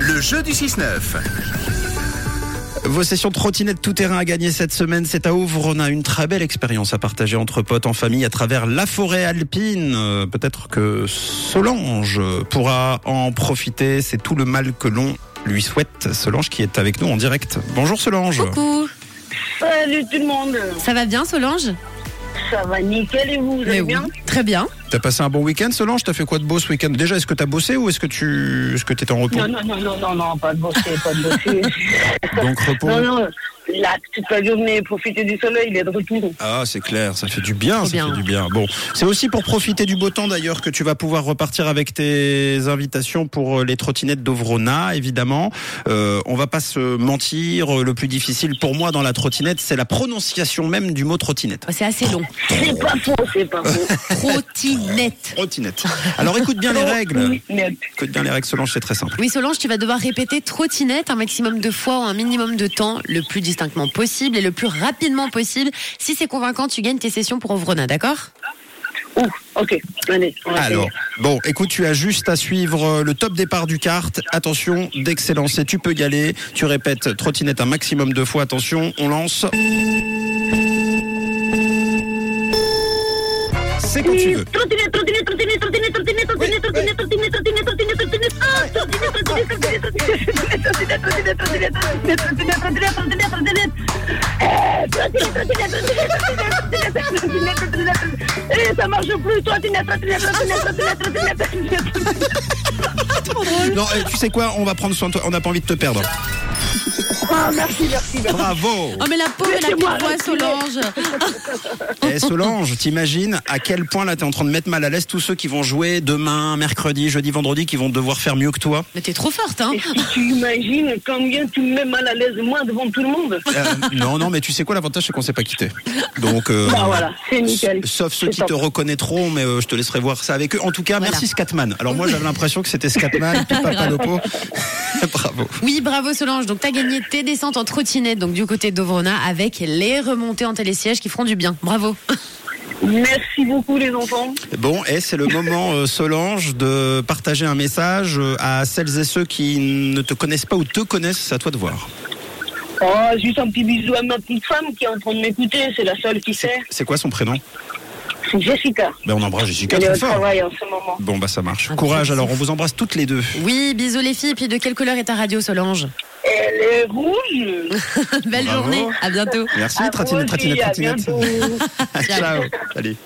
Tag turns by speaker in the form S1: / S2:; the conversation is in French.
S1: Le jeu du 6-9.
S2: Vos sessions trottinette tout terrain à gagner cette semaine, c'est à Ouvre. On a une très belle expérience à partager entre potes en famille à travers la forêt alpine. Euh, Peut-être que Solange pourra en profiter. C'est tout le mal que l'on lui souhaite. Solange qui est avec nous en direct. Bonjour Solange.
S3: Coucou,
S4: Salut tout le monde,
S3: ça va bien Solange
S4: ça va nickel et vous, vous
S2: Eh
S4: allez bien
S3: Eh Très bien.
S2: T'as passé un bon week-end Solange T'as fait quoi de beau ce week-end Déjà, est-ce que t'as bossé ou est-ce que tu est-ce que t'es en repos
S4: Non, non, non, non, non, non, pas de bosser, pas de bosser.
S2: Donc repos.
S4: non, non, là, toute la journée, profiter du soleil, il est de retour.
S2: Ah, c'est clair, ça fait du bien,
S3: Trop
S2: ça
S3: bien.
S2: fait du bien. Bon, c'est aussi pour profiter du beau temps d'ailleurs que tu vas pouvoir repartir avec tes invitations pour euh, les trottinettes d'Ovrona, évidemment. Euh, on va pas se mentir, euh, le plus difficile pour moi dans la trottinette, c'est la prononciation même du mot trottinette.
S3: Bah, C'est assez long.
S4: C'est pas faux, c'est pas faux.
S3: Trottinette.
S2: Trottinette. Alors écoute bien les règles.
S4: Net.
S2: Écoute bien les règles, Solange, c'est très simple.
S3: Oui Solange, tu vas devoir répéter trottinette un maximum de fois ou un minimum de temps, le plus distinctement possible et le plus rapidement possible. Si c'est convaincant, tu gagnes tes sessions pour Ovrona, d'accord
S4: Ouh, ok, allez, on va
S2: Alors,
S4: faire.
S2: bon, écoute, tu as juste à suivre euh, le top départ du kart. Attention, d'excellence, et tu peux y aller. Tu répètes trottinette un maximum de fois. Attention, on lance. C'est quand tu veux.
S4: Trottinette, trottinette, trottinette, trottinette, trottinette, trottinette, trottinette, trottinette, trottinette, trottinette, trottinette, ah, trottinette, trottinette, trottinette, trottinette, trottinette, trottinette, trottinette, trottinette, trottinette, trottinette, trottinette, trottinette. Eh, trottinette, trottinette, trottinette, trottinette, trottinette, trottinette, trottinette, trottinette. Eh, ça marche plus, trottinette, trottinette, trottinette, trottinette, trottinette, trottinette.
S2: Non, euh, tu sais quoi, on va prendre soin de toi. On n'a pas envie de te perdre.
S4: Ah, merci, merci, merci.
S2: Bravo.
S3: Oh mais la pauvre, elle a
S4: Laissez-moi
S3: que voix,
S4: respirer.
S3: Solange
S2: Eh Solange, t'imagines à quel point là t'es en train de mettre mal à l'aise tous ceux qui vont jouer demain, mercredi, jeudi, vendredi, qui vont devoir faire mieux que toi.
S3: Mais t'es trop forte hein
S4: Et si tu imagines combien tu me mets mal à l'aise, moi, devant tout le monde.
S2: Euh, non, non, mais tu sais quoi, l'avantage c'est qu'on s'est pas quitté. Donc, euh,
S4: Bah voilà, c'est nickel.
S2: sauf ceux
S4: C'est
S2: qui
S4: top.
S2: te reconnaîtront, mais euh, je te laisserai voir ça avec eux. En tout cas,
S3: Voilà.
S2: merci Scatman. Alors moi j'avais l'impression que c'était Scatman, puis Papa Lopo. Bravo.
S3: Oui, bravo Solange. Donc t'as gagné tes descentes en trottinette, donc du côté d'Ovrona, avec les remontées en télésiège qui feront du bien. Bravo.
S4: Merci beaucoup, les enfants.
S2: Bon, et c'est le moment, euh, Solange, de partager un message euh, à celles et ceux qui ne te connaissent pas ou te connaissent, c'est à toi de voir.
S4: Oh, juste un petit bisou à ma petite femme qui est en train de m'écouter. C'est la seule qui sait.
S2: C'est quoi son prénom
S4: C'est Jessica.
S2: ben, On embrasse Jessica
S4: Elle est
S2: très
S4: au
S2: fort.
S4: travail en ce moment.
S2: Bon, bah ça marche.
S3: Ah,
S2: Courage,
S3: c'est
S2: alors
S3: fou.
S2: on vous embrasse toutes les deux.
S3: Oui, bisous les filles. Et puis de quelle couleur est ta radio Solange
S4: Elle est rouge.
S3: Belle
S2: Bravo.
S3: journée. À bientôt.
S2: Merci,
S4: À vous
S2: tratinette,
S4: aussi,
S2: tratinette,
S4: à
S2: tratinette.
S4: bientôt.
S2: Ciao. Allez.